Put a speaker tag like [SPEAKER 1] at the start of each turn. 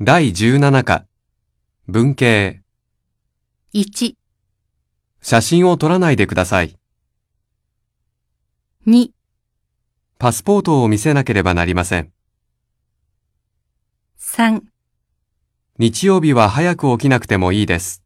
[SPEAKER 1] 第17課、文系、
[SPEAKER 2] 1、
[SPEAKER 1] 写真を撮らないでください。
[SPEAKER 2] 2、
[SPEAKER 1] パスポートを見せなければなりません。
[SPEAKER 2] 3
[SPEAKER 1] 日曜日は早く起きなくてもいいです。